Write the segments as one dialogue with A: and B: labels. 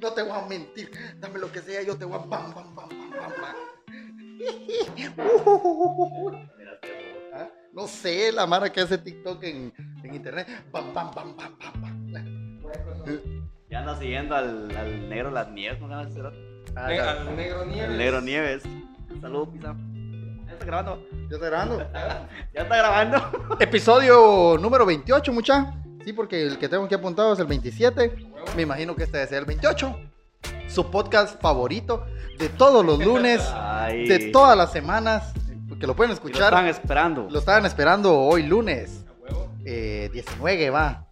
A: No te voy a mentir. Dame lo que sea, yo te voy a pam, pam, pam, pam, pam, pam. ¿Ah? No sé, la mara que hace TikTok en, en internet. Pam, pam, pam, pam, pam, pam.
B: Ya anda siguiendo al, al negro Las Nieves, ¿no? Al cerote.
A: Ah,
C: Venga,
A: ya.
C: al negro nieves.
B: Al negro Nieves. Saludos, Pisa. Ya está grabando.
A: ¿Ya está grabando?
B: Ya está grabando.
A: Episodio número 28, mucha. Sí, porque el que tengo aquí apuntado es el 27.
C: Huevo.
A: Me imagino que este es el 28. Su podcast favorito de todos los lunes,
B: Ay.
A: de todas las semanas, que lo pueden
B: Y Lo
A: escuchar.
B: estaban esperando.
A: Lo estaban esperando hoy lunes,
C: A huevo.
A: eh, 19 va.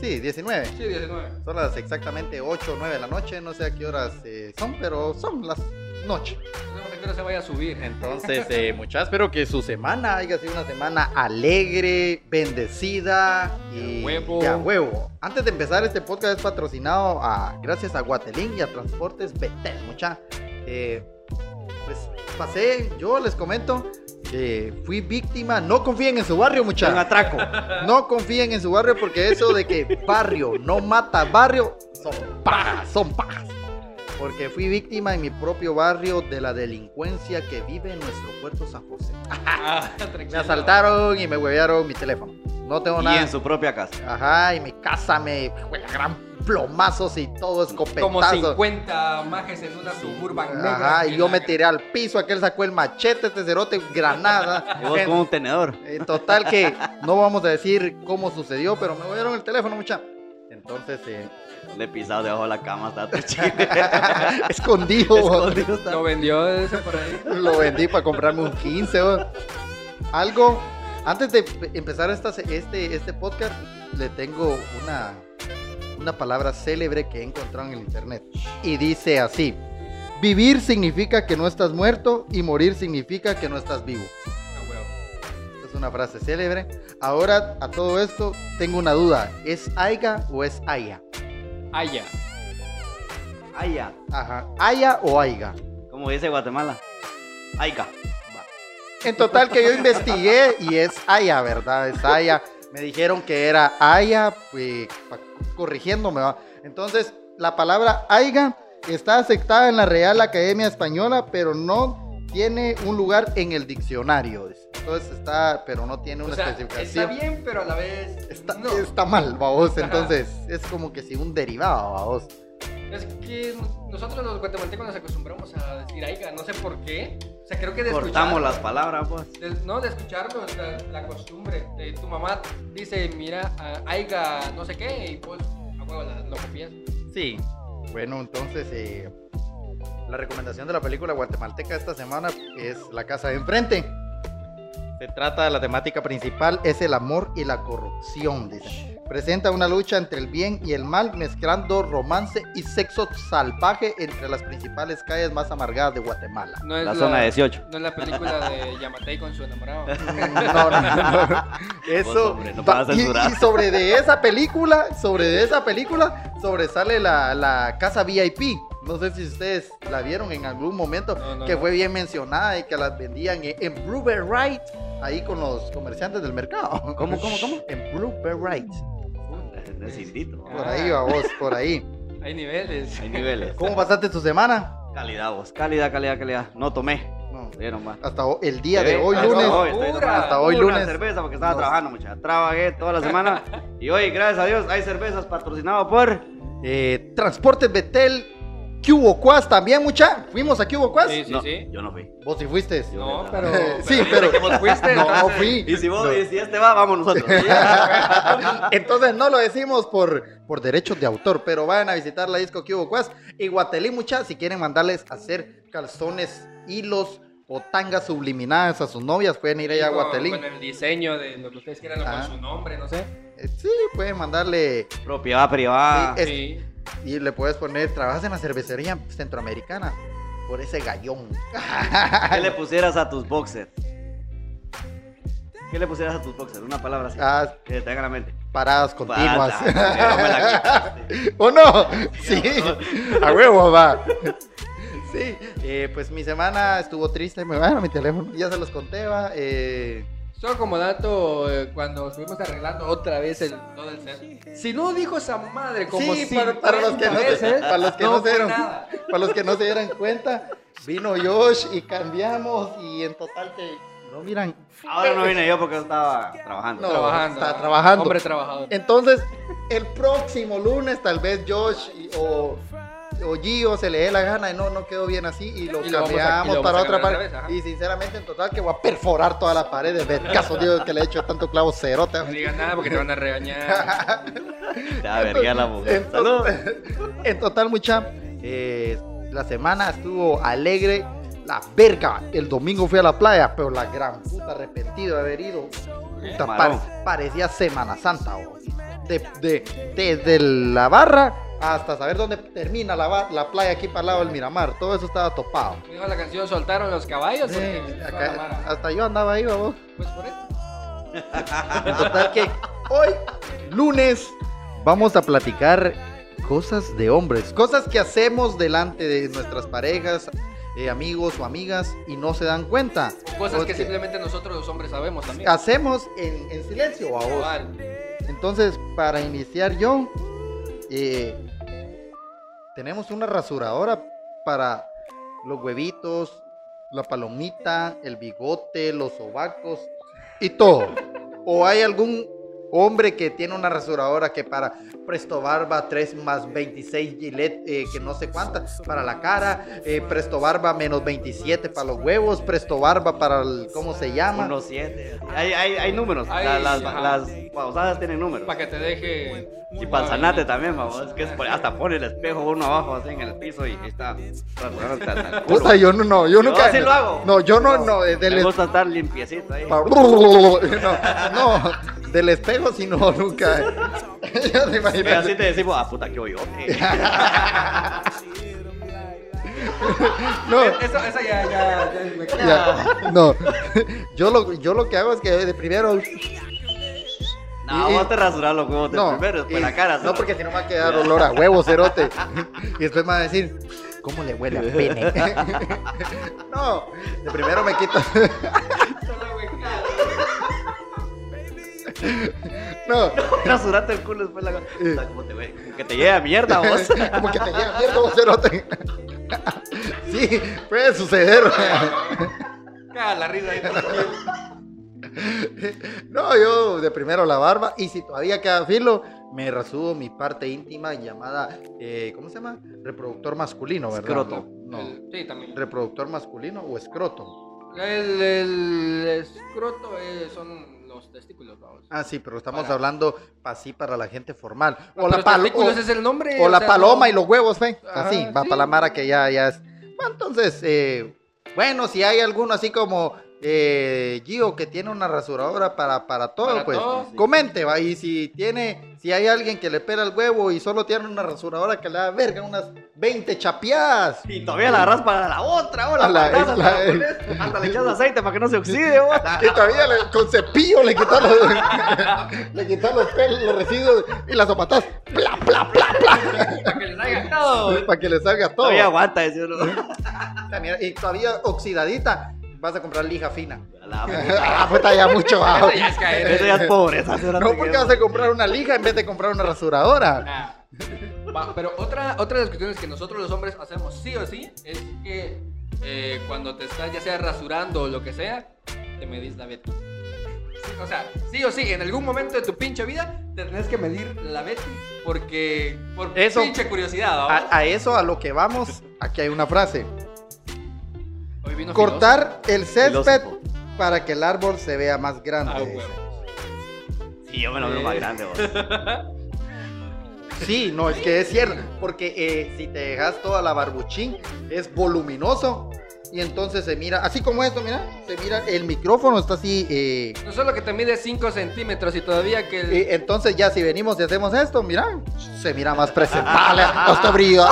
A: Sí, 19.
C: Sí, 19.
A: Son las exactamente 8 o 9 de la noche, no sé a qué horas eh, son, pero son las noche.
C: No sé que no se vaya a subir.
A: Entonces, eh, muchachos, espero que su semana haya sido una semana alegre, bendecida y
C: Y a huevo.
A: y a huevo. Antes de empezar, este podcast es patrocinado a, gracias a Guatelín y a Transportes Betel, mucha. Eh, pues pasé, yo les comento, que fui víctima. No confíen en su barrio, mucha.
B: Un atraco.
A: No confíen en su barrio porque eso de que barrio no mata barrio son pajas, son pajas. Porque fui víctima en mi propio barrio de la delincuencia que vive en nuestro puerto San José.
C: Ah,
A: Me
C: tranquilo.
A: asaltaron y me huevearon mi teléfono. No tengo
B: Y
A: nada.
B: en su propia casa.
A: Ajá, y mi casa me fue la gran plomazos y todo
C: Como
A: escopetazo.
C: 50 majes en una suburban negra.
A: Ajá, y yo me tiré al piso, aquel sacó el machete, este cerote, granada.
B: Y vos con un tenedor.
A: En total que no vamos a decir cómo sucedió, pero me dieron el teléfono, mucha. Entonces, eh,
B: Le he pisado debajo de la cama hasta tu chile.
A: escondido.
B: Escondido está.
C: Lo vendió ese por ahí.
A: Lo vendí para comprarme un 15. bo. Algo, antes de pe- empezar esta, se- este, este podcast, le tengo una, una palabra célebre que he encontrado en el internet. Y dice así, vivir significa que no estás muerto y morir significa que no estás vivo.
C: A Ah, huevo.
A: Esta Es una frase célebre. Ahora, a todo esto, tengo una duda. ¿Es Aiga o es Aya?
C: Aya.
B: Ay, ya.
A: Ajá. ¿Aya o Aiga?
B: Como dice Guatemala. Aica.
A: En total que yo investigué y es Aya, ¿verdad? Es Aya. Me dijeron que era Aya, pues, pa- corrigiéndome, ¿va? Entonces, la palabra Aiga está aceptada en la Real Academia Española, pero no tiene un lugar en el diccionario. dice. Entonces está, pero no tiene una
C: O sea, está
A: especificación.
C: bien, pero a la vez.
A: Está,
C: no.
A: está mal, vamos.
C: Ajá.
A: Entonces, es como que si un derivado, vamos.
C: Es que nosotros los guatemaltecos nos acostumbramos a decir aiga, no sé por qué. O sea, creo que de
B: Cortamos
C: escuchar-
B: las palabras, pues.
C: de- no, de escucharlo, la, la costumbre. de tu mamá dice, mira, a- aiga, no sé qué, y vos, a huevo, la- lo copias.
B: Sí.
A: Bueno, entonces eh, la recomendación de la película guatemalteca esta semana es La Casa de Enfrente. Se trata de la temática principal, es el amor y la corrupción, dice. Presenta una lucha entre el bien y el mal, mezclando romance y sexo salvaje entre las principales calles más amargadas de Guatemala.
C: No es
B: La zona 18.
C: No es la película de Yamatei con su enamorado.
A: No, no, no, no. Eso.
B: Pues, hombre, no
A: va-
B: vas a
A: y,
B: censurar.
A: y sobre de esa película, sobre de esa película, sobresale la, la casa VIP. No sé si ustedes la vieron en algún momento,
C: No, no,
A: que
C: no.
A: fue bien mencionada y que las vendían en, en Brewer Right, ahí con los comerciantes del mercado.
B: ¿Cómo, cómo, cómo?
A: En Brewer Right.
B: Necesito.
A: Por ahí, vamos, por ahí.
C: Hay niveles.
B: Hay niveles.
A: ¿Cómo pasaste tu semana?
B: Calidad, vos. Calidad, calidad, calidad. No tomé.
A: No,
B: Vieron, más.
A: hasta ho- el día de
B: Eh,
A: hoy,
B: hasta
A: lunes.
B: hoy estoy
C: Pura,
B: tomando
A: hasta hoy,
B: pura
A: lunes.
B: cerveza porque estaba
A: Nos-
B: trabajando, muchachos. Trabajé toda la semana. Y hoy, gracias a Dios, hay cervezas patrocinadas por.
A: eh, Transportes Betel, Cubo Quas también, mucha. Fuimos a Cubo Quas.
C: Sí, sí,
B: no,
C: sí.
B: yo no fui.
A: Vos sí fuiste.
B: Yo
C: No,
B: no.
C: pero.
A: Sí, pero-
C: que vos fuiste,
A: No,
C: entonces-
A: fui.
B: Y si vos,
A: No.
B: y si este va, vamos nosotros.
A: Entonces no lo decimos por, por derechos de autor, pero vayan a visitar la disco Cubo Quas y Guatelí muchas si quieren mandarles a hacer calzones, hilos o tangas subliminadas a sus novias, pueden ir allá a
C: con-
A: Guatelí.
C: Con el diseño de lo que ustedes quieran, o
A: Ajá.
C: con su nombre, no sé.
A: Eh, Sí, pueden mandarle
B: Propiedad privada.
A: Sí, Ah. Es-
C: Sí.
A: y le puedes poner, trabajas en la cervecería centroamericana por ese gallón.
B: ¿Qué le pusieras a tus boxers? ¿Qué le pusieras a tus boxers? Una palabra así.
A: Ah,
B: Que te tenga en la mente.
A: paradas continuas.
B: Pata, pero me la quitaste.
A: ¿O no? Sí, a huevo va. Sí, eh, pues mi semana estuvo triste. Me bueno, mi teléfono, ya se los conté, va. eh,
C: Solo como dato, eh, cuando estuvimos arreglando otra vez el, todo el set, si no dijo esa madre como
A: sí,
C: si
A: para, para los que no, se-
C: veces,
A: para los que no se
C: fue
A: dieron,
C: nada.
A: para los que no se dieran cuenta, vino Josh y cambiamos y en total que no miran.
B: Ahora no vine yo porque yo estaba trabajando.
A: No.
C: trabajando.
A: está trabajando.
C: Hombre trabajador.
A: Entonces, el próximo lunes tal vez Josh y- o, o Gio se le dé la gana y no, no quedó bien así y lo
C: Y lo vamos a- y lo
A: cambiamos
C: vamos
A: para
C: a
A: otra
C: cambiar
A: parte.
C: otra vez, ajá.
A: y sinceramente en total que voy a perforar todas las paredes. Ver caso Dios que le he hecho tanto clavo cerote.
C: No digan nada porque te van a regañar.
B: Te va a verguear la mujer.
A: En,
B: Salud.
A: to- en total, mucha. eh, la semana estuvo alegre. La verga. El domingo fui a la playa, pero la gran puta arrepentido de haber ido. Puta,
B: Marón.
A: pare- parecía Semana Santa, bo. De, de- desde la barra hasta saber dónde termina la, ba- la playa aquí para el lado del Miramar. Todo eso estaba topado.
C: Me dijo la canción, soltaron los caballos. porque
A: Eh,
C: estaba
A: acá-
C: la vara.
A: hasta yo andaba ahí, vamos.
C: Pues por eso.
A: En total que hoy, lunes, vamos a platicar cosas de hombres, cosas que hacemos delante de nuestras parejas, eh, amigos o amigas y no se dan cuenta.
C: Cosas que
A: Porque
C: simplemente nosotros los hombres sabemos también.
A: hacemos en, en silencio a vos.
C: Cabal.
A: Entonces, para iniciar yo, eh, tenemos una rasuradora para los huevitos, la palomita, el bigote, los sobacos y todo. ¿O hay algún hombre que tiene una rasuradora que para Presto Barba 3 más 26 Gillette, eh, que no sé cuánta, para la cara, eh, Presto Barba menos 27 para los huevos, Presto Barba para el, ¿cómo se llama?
B: Unos siete. Hay, hay, hay números.
C: Hay-
B: La- las,
C: ajá.
B: las pausadas tienen números.
C: Para que te deje.
B: Y panzanate también, vamos. Es que es por- hasta pone el espejo uno abajo así en el piso y está. rasurándote hasta el culo.
A: Puta, yo no, no, yo
B: Yo
A: nunca.
B: así lo hago.
A: No, yo no, no, eh, del,
B: Me gusta estar limpiecito ahí.
A: Pa- No, no, del espejo, si no, nunca. Ya te
B: Pero
A: imaginas.
B: así te decimos, ah, puta, que hoyote.
A: No,
C: Eso, esa ya, ya, ya es me-
A: ya, no. Yo lo, yo lo que hago es que de primero.
B: No,
A: Y- y-
B: vos te rasurar los huevos de
A: No,
B: primero, después
A: y-
B: la cara.
A: No, porque si no me va a quedar olor a huevo, cerote. Y después me va a decir, ¿cómo le huele a pene? No, de primero me quito. No,
B: Rasurate el culo después la cara. Puta, ¿cómo te ve? Como que te lleve a mierda vos.
A: como que te llega mierda, vos, cerote. Sí, puede suceder.
C: Caga la risa ahí.
A: No, yo de primero la barba y si todavía queda filo, me rasudo mi parte íntima llamada, eh, ¿cómo se llama? Reproductor masculino, ¿verdad?
B: Escroto.
A: No,
C: Sí, también.
A: reproductor masculino o escroto.
C: El, el escroto eh, son los testículos, vamos.
A: Ah, sí, pero estamos
C: Para-
A: hablando así para la gente formal. O
C: Pero
A: la,
C: los
A: palo-
C: testículos
A: o-
C: es el nombre.
A: o la
C: sea,
A: paloma
C: no-
A: y los huevos, ¿ven?
C: Ajá,
A: Así, va
C: sí.
A: para la mara que ya, ya es. Bueno, entonces, eh, bueno, si hay alguno así como eh, Gio que tiene una rasuradora para, para todo,
C: Para
A: pues
C: todo.
A: comente, va. Y si tiene, si hay alguien que le pela el huevo y solo tiene una rasuradora que le da verga, unas 20 chapeadas.
B: Y todavía la agarras para la otra, hola,
A: A la- eh.
B: la,
A: la-
B: hasta le echas aceite para que no se oxide, vos.
A: Que todavía le- con cepillo le quitan los, le quitan los pelos, los residuos y las zapatas, bla, bla, bla,
C: Para que les hagan todo.
A: para que le salga todo.
B: Todavía aguanta, decía uno.
A: Esta mierda- Y todavía oxidadita, vas a comprar lija fina.
B: A la puta.
A: Ah, puta, ya mucho ah.
C: Eso ya es caer. eh.
B: Eso ya es pobreza,
A: No, porque vas a comprar una lija en vez de comprar una rasuradora.
C: Ah. Va, pero otra, otra de las cuestiones que nosotros los hombres hacemos sí o sí es que eh, cuando te estás ya sea rasurando o lo que sea, te medís la Betty. Sí, O sea, sí o sí, en algún momento de tu pinche vida te tenés que medir la Betty porque por
A: Eso- Ah,
C: pinche curiosidad. ¿va?
A: A, a eso, a lo que vamos, aquí hay una frase.
C: Hoy vino
A: Cortar el césped
B: Filósofo.
A: para que el árbol se vea más
C: filoso. Ah,
A: grande.
C: huevo.
B: Sí, yo me lo veo más grande, vos.
A: Sí, no, es que es cierto. Porque eh, si te dejas toda la barbuchín, es voluminoso. Y entonces se mira, así como esto, mira, se mira, el micrófono está así. eh,
C: No solo que te mide 5 centímetros y todavía que el-
A: y entonces ya si venimos y hacemos esto, mira, se mira más presentable, hasta brillo.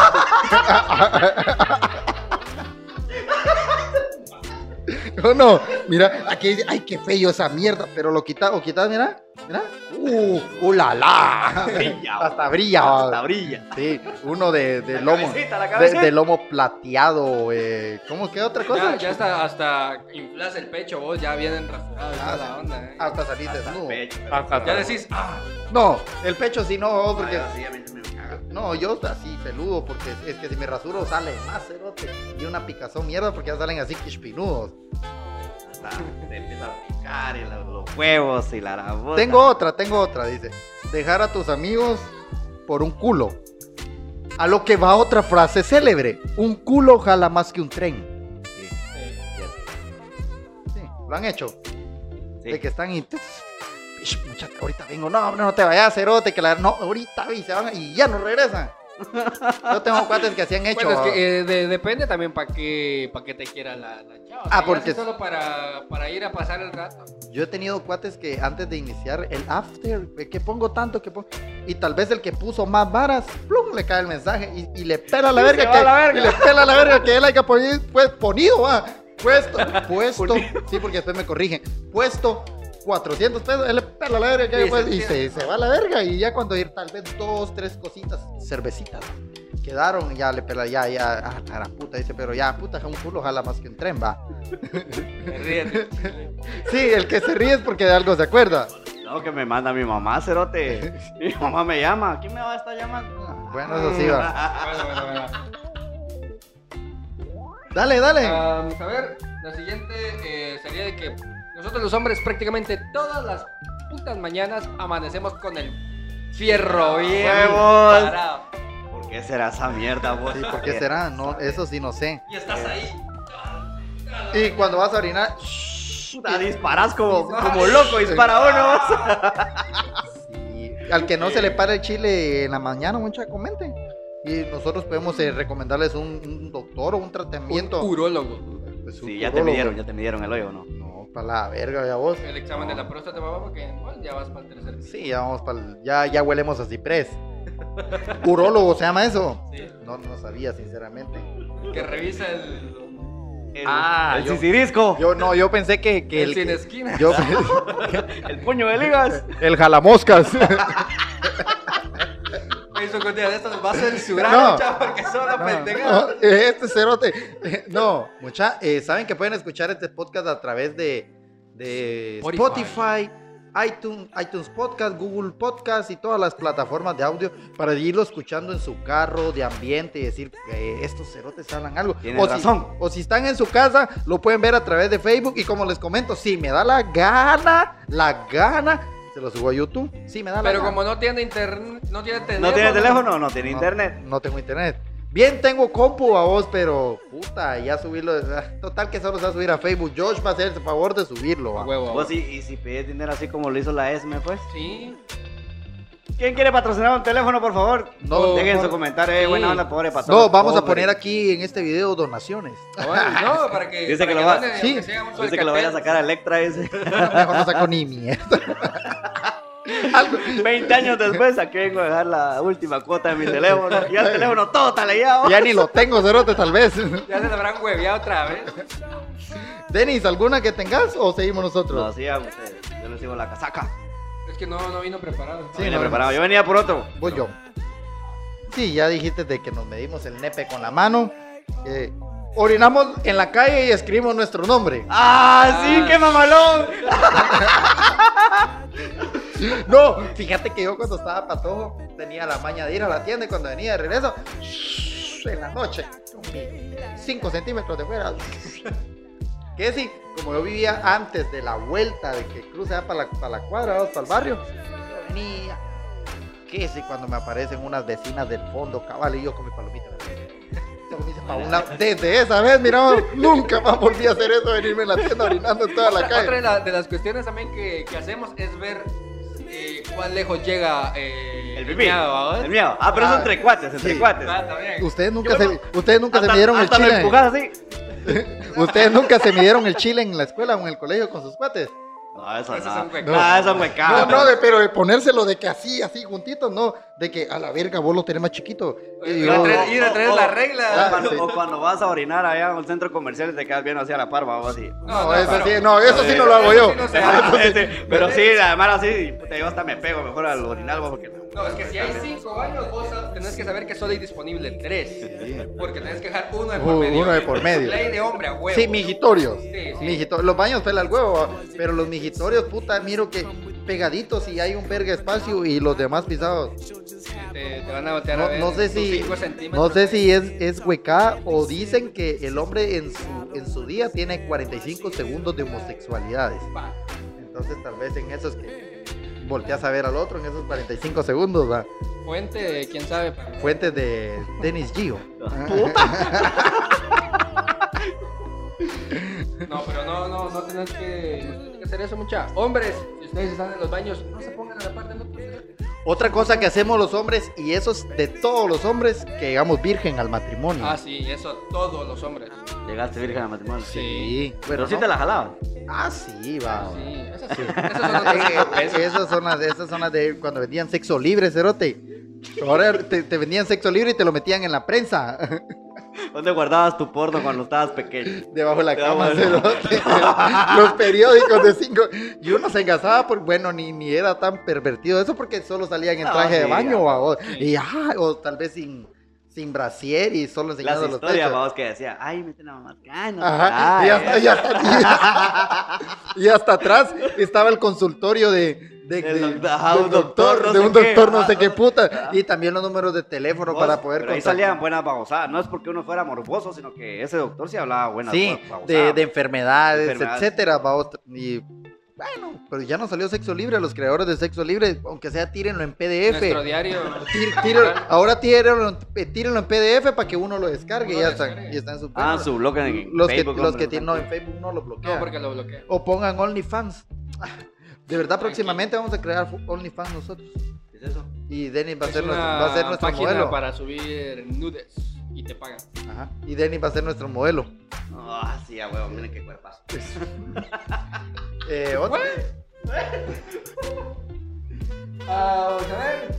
A: No, no, mira, aquí dice, ay, qué feo esa mierda, pero lo quitas, o quitas, mira, Mira. ¡Uh! ¡Uh, la, la!
B: Brilla,
A: Hasta brilla. va.
B: Hasta brilla.
A: Sí, uno de, Ah, de
B: La
A: lomo.
B: cabecita, la
A: De,
B: cabecita.
A: de lomo plateado. eh, ¿Cómo queda otra cosa?
C: Ya, ya hasta, hasta inflas el pecho vos, ya vienen rasurados.
A: Ah,
C: toda la onda, eh.
A: Hasta salir desnudo.
B: Pecho, pero-
D: Hasta-
C: Ya decís, ah,
A: No, el pecho sí no,
B: Ay,
A: porque.
B: así a mí me caga.
A: No, yo así peludo, porque es- es que si me rasuro sale más cerote. Y una picazón mierda, porque ya salen así quispinudos.
B: Hasta te empieza a picar y la- los huevos y la rabota.
A: Tengo otra, tengo otra, dice. Dejar a tus amigos por un culo. A lo que va otra frase célebre. Un culo jala más que un tren.
B: Sí,
A: Sí, lo han hecho.
B: sí.
A: De que están y... Ish, muchacha, ahorita vengo. No, hombre, no te vayas, cerote. Que la... No, ahorita y se van y ya no regresan. Yo tengo cuates que así han hecho.
C: Bueno, es
A: ah.
C: que eh, de- depende también para qué, pa' qué te quiera la, la chava.
A: Ah,
C: Si
A: porque-
C: haces solo para, para ir a pasar el rato.
A: Yo he tenido cuates que antes de iniciar el after, que pongo tanto, que pongo... Y tal vez el que puso más varas, plum, le cae el mensaje y, y le pela la
B: Y
A: verga
B: se
A: que...
B: va a la verga.
A: Y le pela la verga que él haya poni- pues, ponido, ah, puesto, puesto, sí, porque después me corrigen, puesto 400 pesos, él le pela la verga que
C: Y
A: haya
C: se
A: puesto, y se, se va a la verga y ya cuando ir tal vez dos, tres cositas, cervecitas, quedaron, ya le pela, ya, ya, ah, la gran puta, dice, pero ya, puta, un culo jala más que un tren, va.
C: Me ríe.
A: Sí, el que se ríe es porque de algo se acuerda.
B: Lo que me manda mi mamá, cerote. Mi mamá me llama. ¿Quién me va a estar llamando?
A: Bueno, eso sí va.
C: Bueno, bueno, bueno.
A: Dale, dale.
C: Ah, a ver, la siguiente eh, sería de que nosotros los hombres prácticamente todas las putas mañanas amanecemos con el fierro bien
B: Huevos.
C: parado.
B: ¿Por qué será esa mierda, vos?
A: Sí, ¿por qué será? No, eso sí no sé.
C: Y estás ahí.
A: Y cuando vas a orinar,
B: Puta, disparas como, como loco, dispara uno. vos.
A: y al que no se le para el chile en la mañana, mucha comente. Y nosotros podemos eh, recomendarles un, un doctor o un tratamiento.
C: Un urólogo.
A: Pues, un
B: Sí, ya te
A: urólogo.
B: midieron, ya te midieron el hoyo, ¿no?
A: No, para la verga, ya vos.
C: El examen de la próstata, papá, porque bueno, ya vas para el tercer día.
A: Sí, ya vamos para ya, ya huelemos a ciprés. Urólogo se llama eso.
C: Sí.
A: No, no sabía, sinceramente.
C: Que revisa el,
B: El,
A: Ah,
B: el
A: yo-
B: sicirisco,
A: Yo no, yo pensé que, que
C: el,
A: el,
C: sin esquina.
A: yo,
B: el puño de ligas.
A: el jalamoscas.
C: Facebook un día de estos nos va a censurar,
A: No.
C: chavo, porque son una
A: No,
C: pendejada.
A: no, eh, este cerote. eh, No, mucha, eh, saben que pueden escuchar este podcast a través de, de Spotify.
C: Spotify.
A: iTunes, iTunes Podcast, Google Podcast y todas las plataformas de audio para irlo escuchando en su carro de ambiente y decir eh, estos cerotes hablan algo.
B: Tienen
A: o si-
B: razón.
A: o si están en su casa, lo pueden ver a través de Facebook y como les comento, si me da la gana, la gana, se lo subo a YouTube. Si me da la
C: Pero
A: gana.
C: como no tiene internet, no tiene teléfono.
B: ¿No tiene teléfono? No tiene
A: No,
B: internet.
A: No tengo internet. Bien tengo compu a vos, pero puta, ya subirlo. ah, Total que solo se va a subir a Facebook. Josh va a hacer el favor de subirlo.
C: A
A: va.
C: Huevo.
B: Vos y, y si pides dinero así como lo hizo la ESME, pues.
C: Sí.
B: ¿Quién quiere patrocinar un teléfono, por favor?
A: No,
B: Dejen
A: por-
B: su comentario, eh,
C: Sí.
B: buena onda, pobre para
A: No,
B: todos,
A: vamos a
B: pobre.
A: poner aquí en este video donaciones.
C: Ay, no, para que.
B: Dice
C: para
B: que lo va-
C: donen,
A: sí.
C: aunque sea un solo
B: Dice que lo vaya a
C: cartel.
B: sacar a Electra ese.
A: Mejor no saco ni mierda. Algo-
B: 20 años después, aquí vengo a dejar la última cuota de mi teléfono. Ya el teléfono todo taleado.
A: Ya ni lo tengo, cerote, tal vez.
C: Ya se lo habrán hueveado otra vez.
A: Denis, ¿alguna que tengas o seguimos
B: No,
A: nosotros?
B: sí, a ustedes. Yo les digo la casaca.
C: Es que no, no vino preparado.
A: Sí,
B: Yo venía
A: no.
B: preparado. Yo venía por otro.
A: Voy yo. Sí, ya dijiste de que nos medimos el nepe con la mano. eh, orinamos en la calle y escribimos nuestro nombre.
B: ¡Ah, sí! ¡Qué mamalón!
A: No, fíjate que yo cuando estaba patojo tenía la maña de ir a la tienda y cuando venía de regreso, en la noche, 5 centímetros de fuera. Que sí, como yo vivía antes de la vuelta de que cruce para la, para la cuadra, para el barrio, yo venía. Que sí, cuando me aparecen unas vecinas del fondo, cabal, y yo con mi palomita. palomita pa' un lado. Desde esa vez, mira, nunca más volví a hacer eso, venirme en la tienda orinando en toda la
C: Otra
A: calle.
C: de, la- de las cuestiones también que, que hacemos es ver eh, cuán lejos llega eh,
B: El pipí.
C: miado, ¿va?
B: El miedo. Ah, pero
A: Ah,
B: son entre cuates, entre
A: sí.
B: cuates.
C: Ah, también.
A: Ustedes nunca,
B: Yo
A: se,
B: no-
A: ustedes nunca
B: Hasta-
A: se midieron el
B: hasta me
A: chile.
B: empujás así.
A: ¿Ustedes nunca se midieron el chile en la escuela o en el colegio con sus cuates?
B: No, eso
C: Esas
B: no.
C: son huecadas.
B: No, eso es huecada.
A: No, no, de- pero de ponérselo de que así, así juntitos, no. De que a la verga vos lo tenés más chiquito. Y
C: Ir a
A: yo-
C: traer, ir a traer
B: oh,
C: Eh,
B: oh,
C: la
A: Ah,
B: O
C: regla.
B: cuando,
A: sí.
B: o cuando vas a orinar allá en un centro comercial y te quedas viendo así a la par, vamos así.
A: no, eso
C: pero-
A: sí, no, eso sí no lo hago
C: eso
A: yo.
C: sí no se hace.
B: Este, pero sí, además así, puta, yo hasta me pego mejor al orinar, vos, porque...
C: No, es que si hay cinco baños, vos tenés que saber que solo hay disponible tres. Porque tenés que dejar uno de por
A: Uh,
C: medio.
A: uno de por medio.
C: Ley de hombre a huevo.
A: Sí, mijitorios.
C: Sí, sí.
A: Mijito- Los baños pela el huevo, va, pero los mijitorios, puta, miro que pegaditos y hay un verga espacio y los demás pisados.
C: Te, te van a botear a
A: No,
C: ver
A: no sé
C: tus
A: si
C: cinco centímetros.
A: no sé si es, es hueca o dicen que el hombre en su, en su día tiene 45 segundos de homosexualidades.
C: Pa.
A: Entonces tal vez en esos que volteas a ver al otro en esos 45 segundos, va.
C: Fuente de quién sabe.
A: Fuentes de tenis Gio.
C: No, pero no, no, no tenés que, no tenés que hacer eso, mucha. Hombres, si ustedes están en los baños, no se pongan a la parte del otro.
A: Otra cosa que hacemos los hombres, y eso es de todos los hombres, que llegamos virgen al matrimonio.
C: Ah, sí, eso todos los hombres.
B: Llegaste virgen al matrimonio.
A: sí.
B: Pero
A: Bueno,
B: sí
A: ¿no?
B: te la jalabas.
A: Ah, sí, va.
C: Sí, eso sí. Eso son los
A: Eh,
C: tres
A: eh, Esas son las, esas son las de cuando vendían sexo libre, cerote. Ahora te, te vendían sexo libre y te lo metían en la prensa.
B: ¿Dónde guardabas tu porno cuando estabas pequeño?
A: Debajo de la
B: Te
A: cama,
B: amo, hermano.
A: cerote. Los periódicos de cinco. Y uno se engasaba, por bueno, ni, ni era tan pervertido eso porque solo salían en
B: No,
A: traje de
B: sí,
A: baño,
B: ya.
A: va, o, y ah, o tal vez sin, sin brasier y solo
B: Las
A: enseñando los
B: historias, Ah,
A: pechos.
B: vamos, que decía, ay, mete la mamá. Ay, no,
A: Ajá,
B: ay,
A: y, hasta, y hasta- y hasta atrás estaba el consultorio de, de,
B: Del
A: de-
B: doc- ajá,
A: del
B: un doctor, no
A: de
B: sé
A: un
B: qué,
A: doctor no
B: ajá,
A: sé qué
B: ajá.
A: puta. Y también los números de teléfono
B: Vos,
A: para poder
B: pero ahí
A: contactar.
B: salían buenas babosadas. No es porque uno fuera morboso, sino que ese doctor sí hablaba buenas
A: Sí,
B: babosadas.
A: de, de enfermedades,
B: Enfermedades.
A: etcétera. va otra- y bueno, pero ya no salió Sexo Libre. Los creadores de Sexo Libre, aunque sea, tírenlo en PDF.
C: Nuestro diario.
A: Tí- tírenlo- ahora tírenlo, en- eh, tírenlo en PDF para que uno lo descargue.
C: Uno
A: ya,
C: lo
A: está,
C: descargue.
A: ya está en su
B: Ah,
A: página.
B: su blog en
A: los
B: Facebook.
A: que, los que
B: hombre,
A: tienen, no, en Facebook no lo bloquean.
C: No, porque lo bloqueé.
A: O pongan OnlyFans. De verdad, próximamente vamos a crear fu- OnlyFans nosotros.
B: ¿Qué es eso?
A: Y Denis va a
C: Es
A: ser
C: una
A: nuestro, va a ser nuestro
C: página
A: modelo.
C: para subir nudes y te pagan.
A: Ajá. Y Denis va a ser nuestro modelo.
B: Ah, sí, a huevo, miren qué cuerpazo.
A: Pues Eh, otra.
C: Ah, vamos a ver.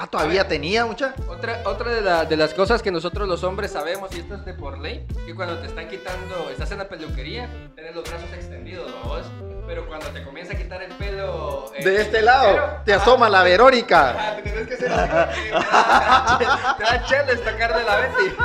A: Ah, todavía tenía mucha.
C: Otra, otra de, la- de las cosas que nosotros los hombres sabemos, y esto es de por ley, que cuando te están quitando, estás en la peluquería, tenés los brazos extendidos, ¿no vos? Pero cuando te comienza a quitar el pelo... eh,
A: De este lado,
C: entero,
A: te
C: ajá,
A: asoma la Verónica.
C: ajá, te tenés que hacer así, eh, porque te da- te da cheles tocar de la venti.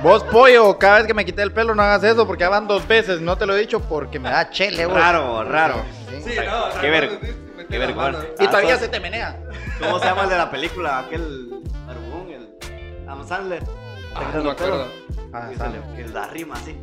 A: Vos, pollo, cada vez que me quité el pelo no hagas eso porque ya van dos veces. No te lo he dicho porque me da chele, vos.
B: Raro, raro.
A: Sí.
C: Sí, no, o sea,
B: Qué ver-
C: cuando te- te metes
B: qué
C: la
B: vergüenza.
C: mano.
A: Y todavía
B: Ah,
A: se te menea.
B: ¿Cómo se llama el de la película? Aquel barbón, el Adam Sandler.
C: Ah, no me acuerdo.
A: Ah,
B: Que se
A: sale.
B: le- Que la rima así.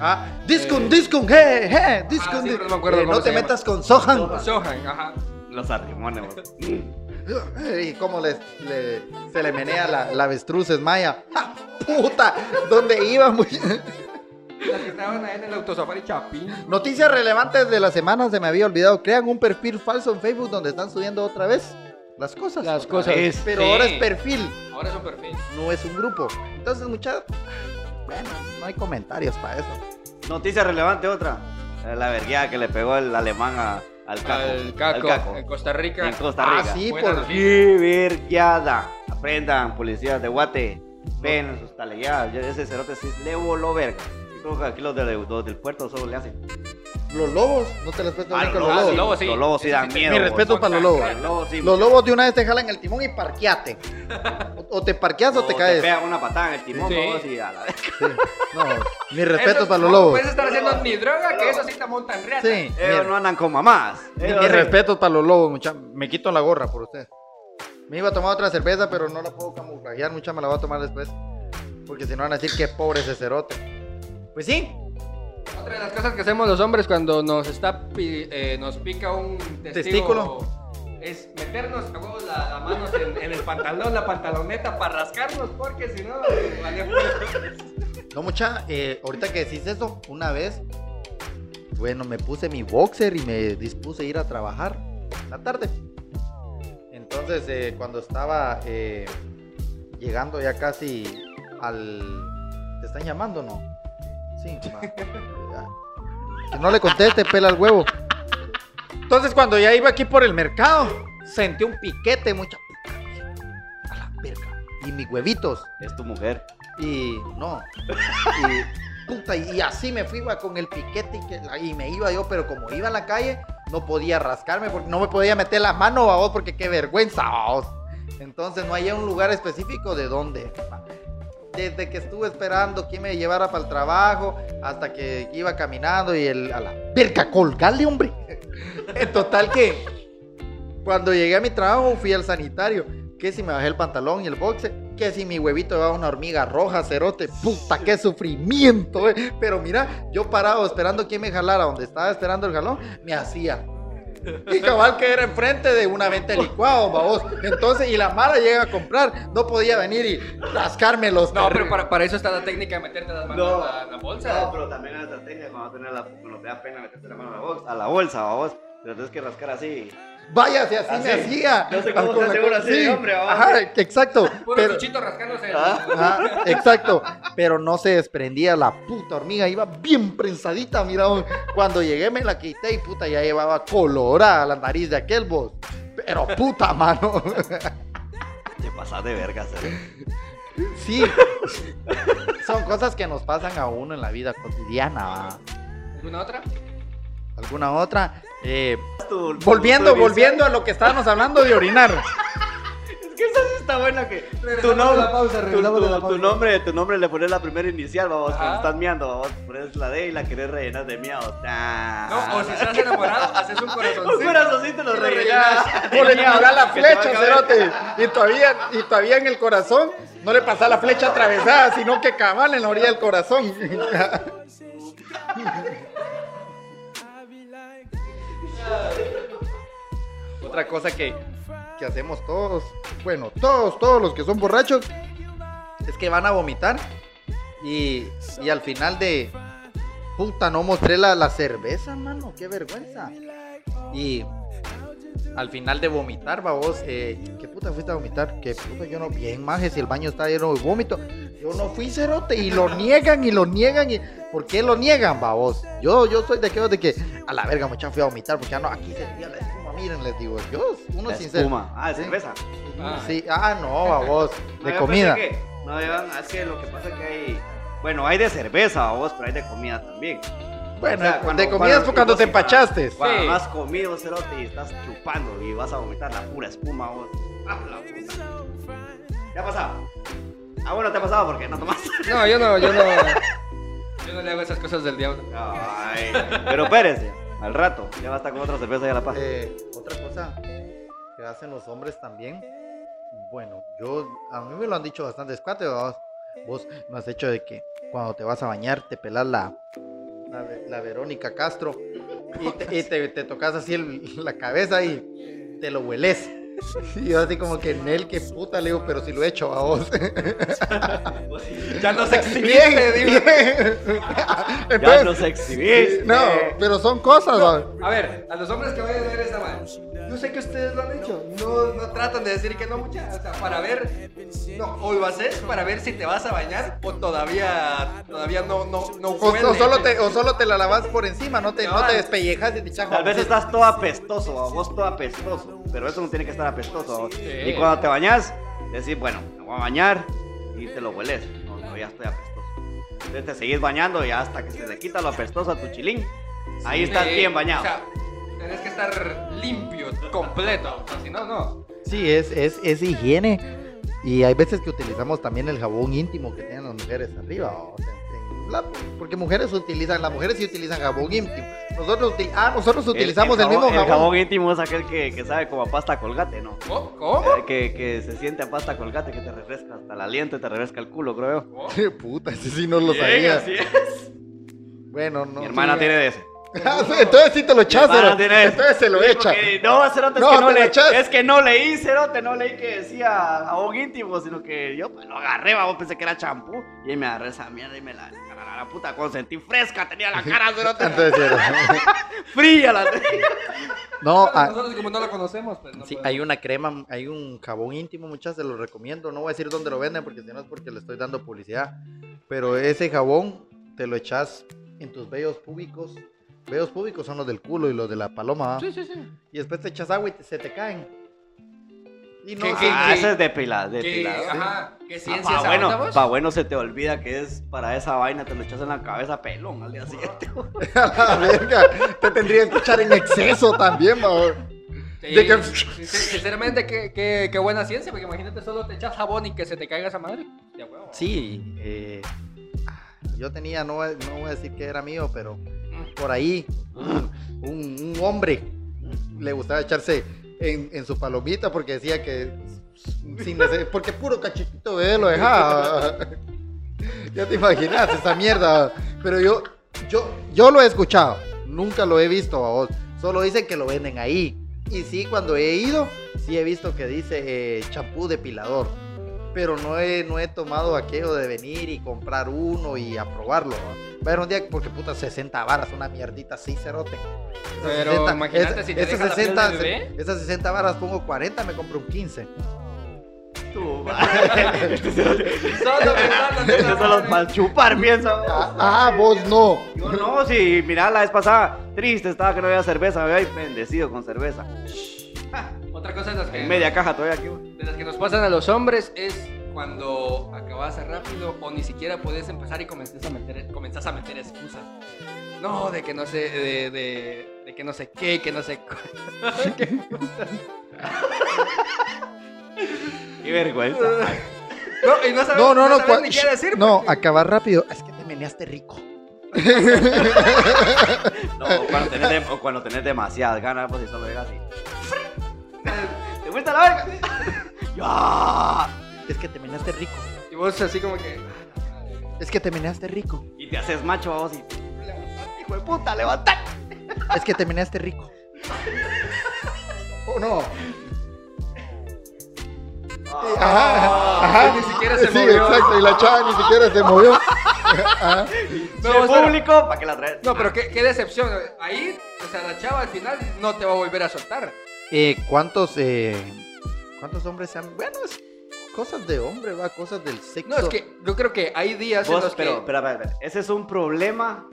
A: Ah, discun, discun, hey, hey, discun.
C: Ah, sí,
A: di-
C: pero no me acuerdo
A: Eh,
C: cómo
A: no
C: se
A: te
C: llama.
A: metas con Sohan.
C: Sohan, ajá.
B: Los arrimones, vos.
A: Y cómo les- le- se le menea la, la avestruz es Maya. ¡Ja! ¡Puta! ¿Dónde iba? Muy...
C: Las que estaban ahí en el autosafari Chapín.
A: Noticias relevantes de la semana se me había olvidado. Crean un perfil falso en Facebook donde están subiendo otra vez las cosas.
C: Las cosas.
A: Vez. Pero
C: Sí.
A: ahora es perfil,
C: Ahora son perfil.
A: no es un grupo. Entonces, muchachos, bueno, no hay comentarios para eso.
B: Noticia relevante otra. Eh, La vergueada que le pegó el alemán a- al caco.
C: Al
B: Al
C: caco,
B: caco.
C: en Costa Rica.
B: En Costa
A: Ah,
B: Rica.
A: sí,
C: Buena
A: por
C: noticia.
B: ¡Qué vergueada! Aprendan, policías de Guate. Ven sus talegadas. Yo- Ese cerote sí le voló verga. Yo Creo que aquí los, de- los del puerto solo le hacen.
A: los lobos, no te les puedo
B: Ah,
A: decir que
B: los
A: los lobos.
B: lobos, los lobos sí. Los lobos sí dan
C: Ese
B: miedo.
A: Mi
B: vos.
A: respeto para los lobos.
B: Los lobos sí.
A: Los lobos de una vez te jalan el timón y parqueate. O, o te parqueas o te caes.
B: pegan una patada en el timón
C: Sí.
B: vos, y a la vez.
A: Sí. No, mi respeto
C: Eso-
A: para los
C: no
A: lobos.
C: Puedes estar haciendo ni droga, que eso sí te montan reata.
A: Sí,
B: Ellos no andan con mamás.
A: mi,
B: Ellos
A: mi
B: Eh, sí-
A: respeto para los lobos, mucha. Me quito la gorra por usted. Me iba a tomar otra cerveza, pero no la puedo camuflajear, mucha me la voy a tomar después. Porque si no van a decir que pobre ese cerote. Pues sí.
C: Otra de las cosas que hacemos los hombres cuando nos está pi- eh, nos pica un testículo, es meternos a huevos la- las manos en, en el pantalón, la pantaloneta para rascarnos, porque si no, eh, valía pura-
A: No, mucha, eh, ahorita que decís eso, una vez, bueno, me puse mi boxer y me dispuse a ir a trabajar la tarde. Entonces, eh, cuando estaba eh, llegando ya casi al... ¿Te están llamando o no? Sí. va. Si no le conteste, pela el huevo. Entonces, cuando ya iba aquí por el mercado, sentí un piquete, mucha puta. A la verga. Y mis huevitos.
B: Es tu mujer.
A: Y no. Y, puta, y así me fui va, con el piquete y, que la- y me iba yo, pero como iba a la calle, no podía rascarme, porque no me podía meter la mano, vos, porque qué vergüenza, babos. Entonces no había un lugar específico de dónde. va. Desde que estuve esperando que me llevara para el trabajo, hasta que iba caminando y el, a la verga, colgarle, hombre. En Eh, total que cuando llegué a mi trabajo fui al sanitario. Que si me bajé el pantalón y el boxe. Que si mi huevito llevaba una hormiga roja, cerote. Puta, qué sufrimiento. eh. Pero mira, yo parado esperando que me jalara donde estaba esperando el jalón, me hacía. Y cabal que era enfrente de una venta de licuados, babos. Entonces, y la mara llega a comprar, no podía venir y rascarme los
C: No, pero
A: terri-
C: para, para eso está la técnica de meterte las manos
B: No.
C: en, la, en la bolsa.
B: No, pero también la estrategia cuando tener la, cuando te da pena meterte la mano a la bolsa, a la bolsa, vos. Pero tienes que rascar así.
A: Vaya, si así,
B: Así.
A: me hacía.
B: No sé cómo
A: Con
B: se
A: la-
B: asegura así,
A: sí.
B: hombre, babos.
A: Ajá, exacto.
C: Puro
A: Pero,
C: chuchito rascándose.
B: Ah.
A: Ajá, exacto. Pero no se desprendía la puta hormiga, iba bien prensadita, mira. don. Cuando llegué me la quité y puta, ya llevaba colorada la nariz de aquel vos. Pero puta mano.
B: Te pasas de verga, ¿sabes?
A: Sí. Son cosas que nos pasan a uno en la vida cotidiana. ¿va?
C: ¿Alguna otra?
A: ¿Alguna otra? Eh,
B: Tu- tu-
A: volviendo,
B: tu inicial-
A: volviendo a lo que estábamos hablando de orinar.
B: Es que esa sí está buena que tu
C: Regresamos a
B: nombre,
C: la pausa,
B: tu-
C: regresamos
B: tu-
C: a la
B: tu
C: pausa.
B: nombre, tu nombre le pones la primera inicial, vamos,
C: Ajá.
B: cuando estás miando, vamos, pones la D y la querés rellenar de miado.
C: No, o si estás enamorado, haces un corazoncito.
B: un corazoncito lo
C: Lo
B: rellenas.
A: No le pasás la
B: Que te va a
A: flecha,
B: caber.
A: cerote. Y todavía, y todavía en el corazón, no le pasás la flecha atravesada, sino que cabal en la orilla del corazón. Otra cosa que, que hacemos todos, bueno, todos, todos los que son borrachos, es que van a vomitar y, y al final de... Puta, no mostré la, la cerveza, mano, qué vergüenza. Y al final de vomitar, babos, eh, ¿qué puta fuiste a vomitar? Que puta, yo no, bien maje, si el baño está lleno de vómito. Yo no fui cerote y lo niegan y lo niegan y... ¿Por qué lo niegan, babos? Yo, yo soy de aquellos de que a la verga mucha fui a vomitar porque ya no, aquí se veía la espuma, miren, les digo, yo, uno
B: La
A: sincero.
B: espuma. Ah, de
A: Sí.
B: cerveza.
C: Ah.
A: Sí, ah, no, babos,
B: No,
A: de
B: yo
A: comida.
B: pensé pues, que- no, yo- ah, es que lo que pasa es que hay, bueno, hay de cerveza, vos, pero hay de comida también.
A: Bueno,
B: O sea,
A: de comida fue cuando te empachaste.
B: Cuando
C: Sí.
B: no has comido, cerote, y estás chupando y vas a vomitar la pura espuma, vos. Ah, la puta. ¿Te ha pasado? Ah, bueno, te ha pasado porque no tomas.
C: No, yo no, yo no. Yo no le hago esas cosas del diablo.
B: Ay, pero espérese, al rato, ya basta con otra cerveza y a la paz.
A: Eh, otra cosa que hacen los hombres también. Bueno, yo a mí me lo han dicho bastantes cuates. Vos, vos me has hecho de que cuando te vas a bañar te pelas la, la, Ve- la Verónica Castro y te, y te- te tocas así el- la cabeza y te lo hueles. Y yo así como que en él, que puta, le digo, pero si lo he hecho a vos. Eh,
C: Ya no se
A: Bien, bien.
B: ya
A: Entonces,
B: nos exhibiste.
A: pues, no, pero son cosas, va.
C: A ver, a los hombres que vayan a ver esta madre. Yo sé que ustedes lo han hecho. No, no tratan de decir que no mucha. O sea, para ver. No, hoy vas a hacer para ver si te vas a bañar o todavía, todavía no, no, no
A: O,
C: huele.
A: o solo te, o solo te la lavas por encima, no te, no te despellejas y te echas
B: Tal vez
A: jaboncito.
B: estás todo apestoso, a vos todo apestoso, pero eso no tiene que estar apestoso. a vos.
C: Sí.
B: Y cuando te bañas, decís, bueno, me voy a bañar y te lo hueles. No, no, ya estoy apestoso. Entonces te seguís bañando y hasta que se le quita lo apestoso a tu chilín. Ahí estás
C: Sí,
B: bien bañado.
C: O sea, tenés que estar limpio, completo. o sea, si no, no.
A: Sí, es, es, es higiene. Y hay veces que utilizamos también el jabón íntimo que tienen las mujeres arriba. o sea, en la- porque mujeres utilizan, las mujeres sí utilizan jabón íntimo. Nosotros, uti- ah, nosotros utilizamos el,
B: jabón-
A: mismo jabón.
B: El jabón íntimo es aquel que, que sabe como a pasta colgate, ¿no?
C: ¿Cómo? ¿Cómo?
B: Eh, Que, que se siente a pasta colgate, que te refresca hasta el aliento y te refresca el culo, creo yo.
C: ¿Cómo?
A: Qué puta, ese sí no lo
B: Bien,
A: sabía.
B: así es.
A: Bueno, no.
B: Mi hermana
A: sí.
B: tiene de ese.
A: Ah, sí, entonces sí te lo echas,
B: Mi
A: pero-
B: hermana tiene de ese.
A: entonces se lo
B: Sí,
A: echa.
B: porque- No, Cerote, es,
A: No,
B: que no
A: te lo
B: le,
A: echas.
B: es que no leí, Cerote, no leí que decía jabón íntimo, sino que yo pues, lo agarré, vamos, pensé que era champú. Y ahí me agarré esa mierda y me la, la, la, la puta consentí fresca, tenía la cara, Cerote,
A: Entonces, era-
B: fría la
A: no, ah,
C: Nosotros como no lo conocemos, pues no
A: Sí,
C: podemos.
A: hay una crema, hay un jabón íntimo, muchas se los recomiendo. No voy a decir dónde lo venden porque si no es porque le estoy dando publicidad. Pero ese jabón te lo echas en tus vellos púbicos Veos públicos son los del culo y los de la paloma. ¿va?
C: Sí, sí, sí.
A: Y después te echas agua y te- se te caen. Y no
C: ¿Qué-
A: sé-
C: qué-
B: Ah,
C: que-
B: ese es depilado,
C: Que,
B: depilado.
C: ajá, que
B: Ah,
C: ciencia
B: pa'
C: esa
B: bueno,
C: onda, vos.
B: pa' bueno se te olvida que es para esa vaina, te lo echas en la cabeza pelón al día siguiente.
A: A la verga, te tendría que escuchar en exceso también, mejor.
C: Sí,
A: de que-
C: sin- Sinceramente, qué, qué, qué buena ciencia, porque imagínate solo te echas jabón y que se te caiga esa madre. Ya, huevo.
A: Sí, eh, yo tenía, no, voy- no voy a decir que era mío, pero
C: Mm.
A: por ahí un, un hombre le gustaba echarse en, en su palomita porque decía que sin nece- porque puro cachitito de él lo dejaba. ya te imaginas esa mierda. Pero yo, yo, yo lo he escuchado, nunca lo he visto a Solo dicen que lo venden ahí. Y sí, cuando he ido, sí he visto que dice eh, champú depilador. Pero no he, no he tomado aquello de venir y comprar uno y aprobarlo. Pero un día, porque puta, 60 barras, una mierdita así, cerote. Esas
C: Pero imagínate si te
A: esas
C: deja la piel
A: 60,
C: del bebé.
A: Esas 60 barras pongo 40, me compro un 15.
B: Tú, madre.
C: Solo pensando en esa
B: Eso los
C: madre.
B: mal chupar, piensa.
A: Ah, ah, vos no.
B: Yo no, si mirá la vez pasada, triste estaba que no había cerveza, me había bendecido con cerveza.
C: Ah, Otra cosa de las, que,
B: En media caja todavía aquí. güey.
C: de las que nos pasan a los hombres es cuando acabas rápido o ni siquiera podés empezar y comenzás a meter, comenzás a meter excusas. No, de que no sé, de, de, de que no sé qué, que no sé cu- qué.
B: Qué vergüenza.
C: No, y no sabes,
A: No, no, no.
C: sabes
A: cua-
C: ni qué decir.
A: no,
C: porque-
A: acabar rápido. Es que te meneaste rico.
B: No, o cuando tenés, dem- o cuando tenés demasiadas ganas, pues si solo llegas así. ¿Te gusta la verga? ¡Ya!
A: Es que te meneaste rico.
C: Y vos así como que...
A: Es que te meneaste rico.
B: Y te haces macho, vamos y.
C: "Levantate, hijo
B: ¡Hijo de puta, levantate!
A: Es que te meneaste rico. Oh, no. Ah. Ajá.
C: Ajá. Ah, Ni siquiera se
A: sí,
C: movió.
A: exacto. Y la chava ni siquiera se movió.
C: No,
B: No,
C: o sea,
B: público, ¿para qué la traes?
A: Ah,
C: No, pero qué, qué decepción. Ahí, o sea, la chava al final no te va a volver a soltar.
A: Eh, ¿Cuántos eh, cuántos hombres se han.? Bueno, es cosas de hombre, va. Cosas del sexo.
C: No, es que yo creo que hay días en
B: Vos,
C: los
B: pero,
C: que...
B: pero, a ver, a ver, ¿ese es un problema?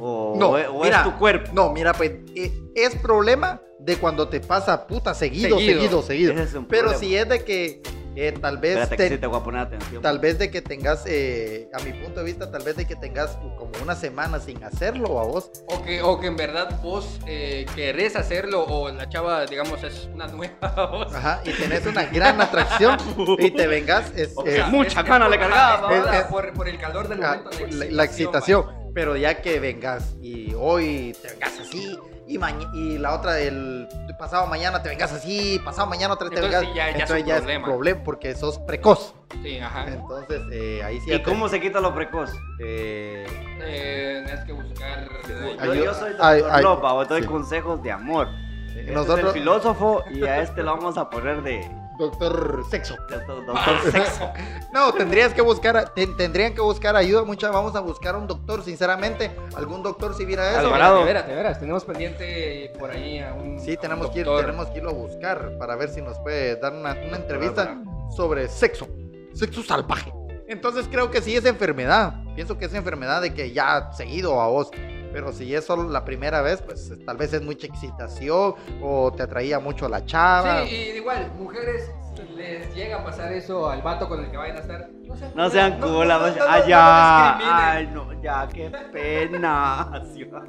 B: ¿O,
A: No,
B: o es- o
A: mira.
B: es tu cuerpo?
A: No, mira, pues eh, es problema de cuando te pasa puta seguido,
C: Seguido.
A: seguido, seguido.
B: Ese es un
A: Pero
B: problema.
A: si es de que eh, tal vez
B: Espérate,
A: te-
B: que sí te voy a poner atención.
A: tal vez de que tengas, eh, a mi punto de vista, tal vez de que tengas como una semana sin hacerlo a vos.
C: O, que, o que en verdad vos eh, querés hacerlo o la chava, digamos, es una nueva voz.
A: Ajá, y tenés una gran atracción y te vengas. es,
B: O
A: eh,
B: sea, mucha gana le cargaba,
C: es-
A: ¿verdad?
C: es por, por el calor del
A: la,
C: momento.
A: la- la excitación. Pero ya que vengas y hoy te vengas así y, maña- y la otra el pasado mañana te vengas así, pasado mañana otra vez te
C: Entonces
A: vengas.
C: sí, ya- ya es un problema.
A: porque sos precoz.
C: va. Sí, ajá.
A: Entonces eh, ahí sí.
B: ¿Y
A: ya te-
B: cómo se quita lo precoz?
A: eh,
C: Eh, tienes que buscar... eh,
A: Ay,
B: Yo,
A: yo-
B: yo soy doctor
A: ay, ay,
B: Lopa, vos doy
A: sí.
B: consejos de amor. Este
A: nosotros-
B: es el filósofo y a este lo vamos a poner de,
A: doctor sexo.
B: de to- doctor sexo.
A: No, tendrías que buscar, a- ten- tendrían que buscar ayuda. Mucha, vamos a buscar a un doctor, sinceramente. Algún doctor si viera eso.
B: Alvarado.
C: Verás, verás, tenemos pendiente por ahí a un
A: Sí,
C: a un
A: tenemos que, ir,
C: doctor.
A: tenemos que irlo a buscar para ver si nos puede dar una, una entrevista sobre sexo, sexo salvaje. Entonces creo que sí es enfermedad. Pienso que es enfermedad de que ya seguido a vos. Pero si es solo la primera vez, pues tal vez es mucha excitación o te atraía mucho la
B: Ah.
A: chava.
C: Sí, y igual, mujeres les llega a pasar eso al vato con el que vayan a estar. No sean,
B: No sean
C: culas,
B: culas,
C: no-
B: vos-
C: no- no-
B: ay,
C: no
B: ya,
C: discriminen.
B: ay, no, ya, qué pena. Sí, va.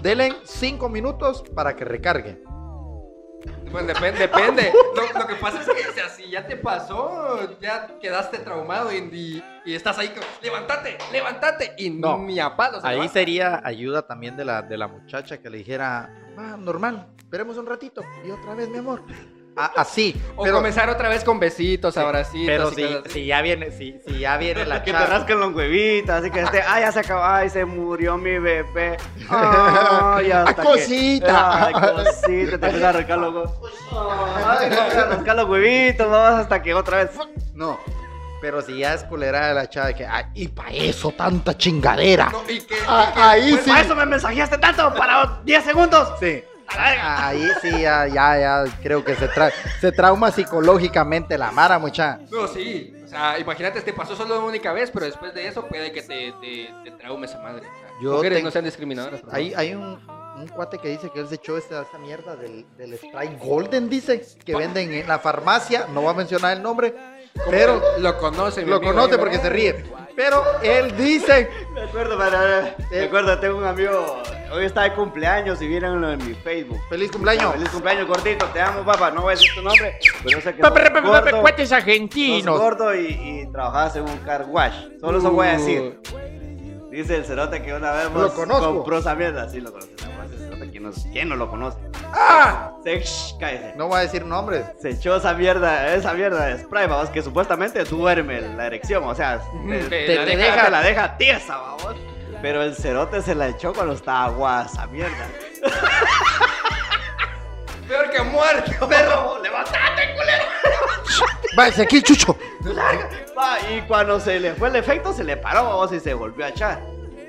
A: Denle cinco minutos para que recargue.
C: Pues depende, depende. Lo, lo que pasa es que o sea, si ya te pasó, ya quedaste traumado y, y, y estás ahí con, levántate, levántate. Y
A: No.
C: ni a palos. se
A: Ahí
C: levanta.
A: sería ayuda también de la, de la muchacha que le dijera, ah, normal, esperemos un ratito y otra vez, mi amor. A- así.
C: O
A: pero-
C: comenzar otra vez con besitos, abracitos.
A: Pero
C: y
A: si,
C: cosas así.
A: si ya viene, si, si ya viene la
B: Que te
A: chava.
B: rascan los huevitos, así que este, ay, ya se acabó, ay, se murió mi bebé. Ay, hasta
A: Ay,
B: que-
A: cosita.
B: Ay, cosita, te empiezas a rascar los huevos. Ay, te empiezas a rascar los huevitos, vamos hasta que otra vez.
A: No. Pero si ya es culera de la chava de que, ay, y pa' eso tanta chingadera.
C: No, eh, pues, y que, y
A: Ah,
C: que
A: ahí
C: después-
A: sí.
B: Para eso me mensajeaste tanto, para 10 segundos.
A: Sí.
B: A la
A: Ah,
B: verga.
A: Ahí sí, ya, ya, ya creo que se, tra- se trauma psicológicamente la mara, mucha.
C: No, sí. O sea, imagínate, te pasó solo una única vez, pero después de eso puede que te, te, te traume esa madre. O sea,
A: Yo
C: mujeres
A: tengo-
C: no sean discriminadoras. por
A: Hay,
C: favor.
A: hay un, un cuate que dice que él se echó esta, esta mierda del, del Sprite Golden, dice, que venden en la farmacia, no va a mencionar el nombre, pero
C: lo conoce, mi
A: lo
C: amigo,
A: conoce
C: ahí,
A: porque se
C: ¿verdad?
A: ríe. Pero él dice,
B: Me acuerdo, para, me
A: Eh.
B: acuerdo, tengo un amigo, hoy está de cumpleaños y vieron en mi Facebook.
A: feliz cumpleaños.
B: Feliz cumpleaños, gordito, te amo, papá, no voy a decir tu nombre, pero sé
D: Pepe,
B: que sos
D: pepe, pepe,
B: gordo,
D: cuates
B: sos
D: argentinos.
B: gordo y, y trabajabas en un car wash, solo eso
C: Uh.
B: voy a decir. Dice el cerote que una vez
A: Uh. Lo conozco.
B: compró esa mierda, sí lo conoce, la verdad, ese cerote, ¿quién no, quién no lo conoce?
A: ¡Ah!
B: Se, shh, cállese.
A: No va a decir nombres.
B: Se echó esa mierda, esa mierda de spray, babos, que supuestamente duerme la erección, o sea, te,
C: Te-
B: te-
C: te
B: la,
C: deja-
B: deja, te la deja tiesa, babos. Pero el cerote se la echó cuando estaba agua esa mierda.
C: Peor que muerto.
B: ¡Perro, levantate, culero!
A: Váyase aquí, chucho.
B: Va, y cuando se le fue el efecto, se le paró, babos, y se volvió a echar.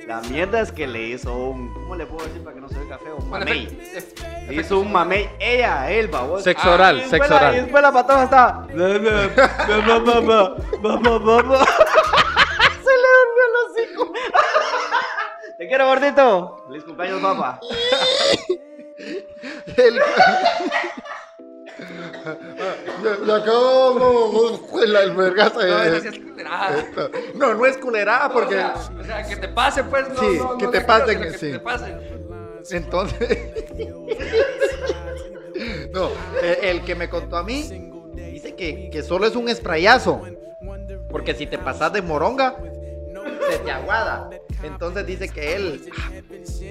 B: La mierda es que le hizo un... ¿Cómo le puedo decir para que no se vea feo? Un
C: Bueno,
B: mamey.
C: efect- efect-
B: Le hizo un mamey ella a él, babos.
D: Sexo
C: Ah,
D: oral,
B: Y después
D: sexo
B: la- Y
D: oral.
B: después la patoja estaba. "Na, na, na, na, na, na, na, na, na, na". Se le durmió el hocico. Te quiero, gordito. Feliz cumpleaños, papá.
A: El... Lo acabo con la albergaza.
C: No, eso sí es culerada.
A: No, no es culerada
C: O
A: Eh, porque
C: sea, o sea, que te pase, pues. No,
A: Sí,
C: no,
A: que
C: no
A: te
C: creo,
A: pasen,
C: sino que
A: sí.
C: te pasen.
A: entonces. No, el, el que me contó a mí dice que, que solo es un sprayazo. Porque si te pasas de moronga, se te aguada. Entonces dice que él ah,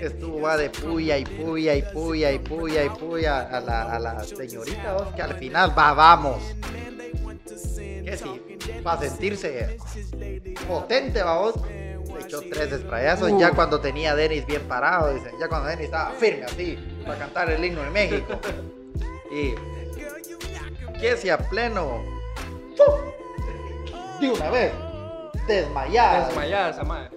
A: estuvo va de puya y puya y puya y puya y puya a la, a la señorita, vos, que al final va, vamos. Que sí, para sentirse potente, vamos. Se echó tres sprayazos ya cuando tenía a Denis bien parado, dice, ya cuando Denis estaba firme así, para cantar el himno de México. y que si a pleno, ¡pum! de una vez, desmayada.
C: Desmayada esa madre.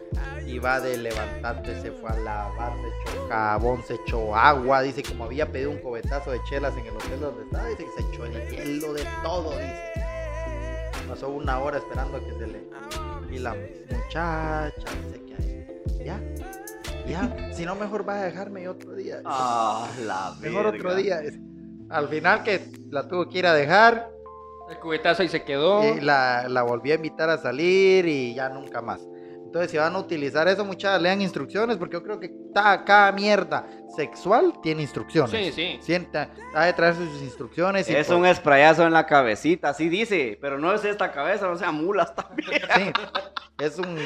A: Iba de levantarte, se fue a lavar, se echó jabón, se echó agua, dice, como había pedido un cobetazo de chelas en el hotel donde estaba, dice que se echó el hielo de todo, dice. Pasó una hora esperando a que se le... Y la muchacha dice que ahí, ya, ya, si no mejor vas a dejarme yo otro día.
B: Ah, la
A: mejor
B: verga.
A: otro día. dice. Al final que la tuvo que ir a dejar,
C: El cubetazo ahí se quedó.
A: y la, la volví a invitar a salir y ya nunca más. Entonces, si van a utilizar eso, muchachas, lean instrucciones, porque yo creo que ta- cada mierda sexual tiene instrucciones.
C: Sí, sí.
A: Sienta, ha de traer sus instrucciones. y pues,
B: Es
A: por-
B: un sprayazo en la cabecita, así dice. Pero no es esta cabeza, no sea mulas también.
A: sí, es un.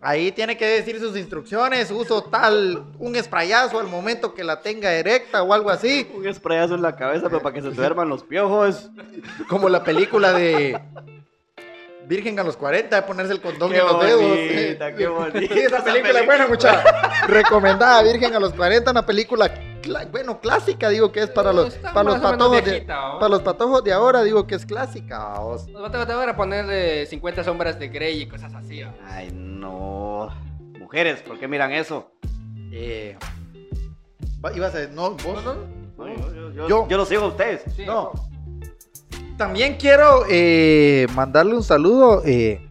A: Ahí tiene que decir sus instrucciones, uso tal, un sprayazo al momento que la tenga erecta o algo así.
B: Un sprayazo en la cabeza, pero para que se te duerman los piojos.
A: Como la película de Virgen a los 40, de ponerse el condón
B: Qué
A: en los
B: bonita,
A: dedos.
B: qué bonita
A: Esa
B: esa
A: película es buena, mucha. Recomendada Virgen a los 40, una película cla- bueno, clásica, digo que es para los
C: Está
A: para los
C: más o menos
A: patojos de
C: viejita, ¿o?
A: para los patojos de ahora, digo que es clásica. vamos.
C: Nos va a- te van a poner eh, 50 sombras de Grey y cosas así. ¿o?
B: Ay, no. Mujeres, ¿por qué miran eso?
A: Eh, va- ibas a decir, no,
C: ¿No,
A: vos.
C: no?
B: No, yo, yo,
A: Yo.
B: yo, yo los sigo a ustedes.
C: Sí.
A: No. También quiero eh, mandarle un saludo. eh,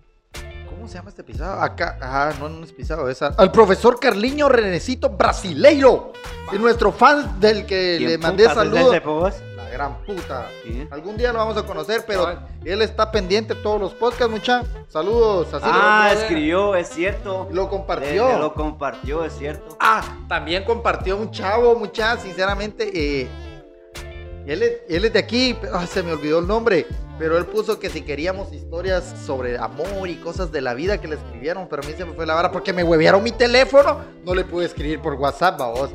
A: ¿Cómo se llama este pisado? Acá, ajá, no, no es pisado, es a- al profesor Carliño Renecito Brasileiro. Y nuestro fan del que
B: ¿Quién
A: le mandé
B: putas es
A: saludos.
B: ese, po, vos?
A: La gran puta.
B: ¿Quién?
A: Algún día lo vamos a conocer, pero
C: Cabal.
A: él está pendiente de todos los podcasts, mucha. Saludos, así
B: Ah,
C: brother.
B: escribió, es cierto.
A: lo, lo
B: Eh,
A: compartió.
B: Lo compartió, es cierto.
A: Ah, también compartió un chavo, mucha, sinceramente. eh, él, es, él es de aquí, pero, ah, se me olvidó el nombre. Pero él puso que si queríamos historias sobre amor y cosas de la vida que le escribieron, pero a mí se me fue la vara porque me huevearon mi teléfono. No le pude escribir por WhatsApp, vos.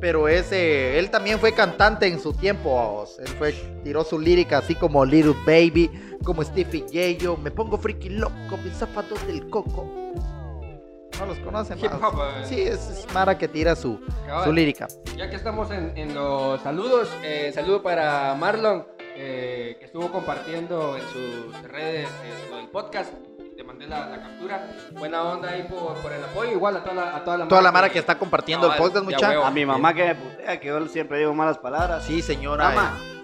A: Pero ese, él también fue cantante en su tiempo, vos. Él fue, tiró su lírica así como Little Baby, como Stevie Gayo, me pongo friki loco, mis zapatos del coco. No los conocen,
C: Hip
A: vaos.
C: hop, eh.
A: Sí, es, es Mara que tira su,
C: Cabal.
A: su lírica.
C: Ya que estamos en, en los saludos, eh, saludo para Marlon, eh, que estuvo compartiendo en sus redes eh, lo del podcast. Te mandé la, la captura. Buena onda ahí por, por el apoyo. Igual a toda la, a toda la
A: Toda la Mara que está compartiendo el
C: Cabal,
A: podcast,
C: ya
A: mucha.
C: huevo.
B: A mi mamá que me putea, que yo siempre digo malas palabras.
A: Sí, señora.
B: Mamá.
A: eh.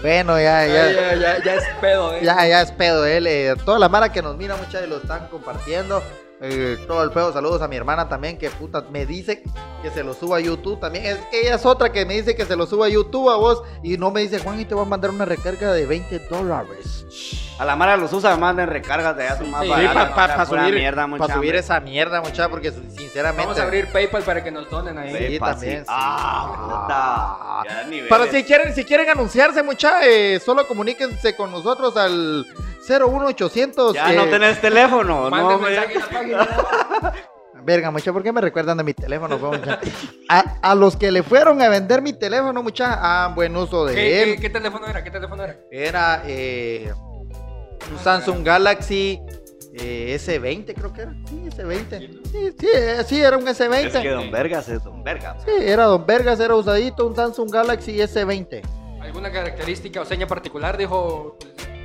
A: Bueno, ya,
C: Ay,
A: ya.
C: ya, ya, ya es pedo, eh.
A: Ya, ya es pedo, él. eh, toda la mara que nos mira, mucha lo están compartiendo. eh, todo el pedo, saludos a mi hermana también, que puta, me dice que se lo suba a YouTube también. Es que ella es otra que me dice que se lo suba a YouTube a vos y no me dice, Juan, y te voy a mandar una recarga de 20 dólares.
B: A la mara los usa, mandan recargas de allá, son más
C: Sí,
B: baratas.
A: para
B: o sea, pura mierda, mucha
A: subir
B: hambre.
A: esa mierda, mucha, porque sinceramente.
C: Vamos a abrir PayPal para que nos donen ahí.
A: Sí,
B: Epa,
A: también, sí.
B: Ah, puta. Ya niveles.
A: Para si quieren, si quieren anunciarse, mucha, eh, solo comuníquense con nosotros al 01800.
B: Ya
A: eh,
B: no tenés teléfono.
C: Manden
B: No, me-
C: mensaje a la página.
A: Verga, mucha, ¿por qué me recuerdan de mi teléfono, pues, mucha? A, a los que le fueron a vender mi teléfono, mucha, ah, buen uso de
C: ¿Qué, qué,
A: él.
C: qué teléfono era? ¿Qué teléfono era?
A: Era eh, un Samsung Galaxy eh, S20, creo que era. Sí, S20. Sí, sí, eh, sí, era un
B: Es que
A: S20.
B: Don Vergas es Don Vergas.
A: Sí, era Don Vergas, era usadito, un Samsung Galaxy S20.
C: ¿Alguna característica o seña particular? Dijo.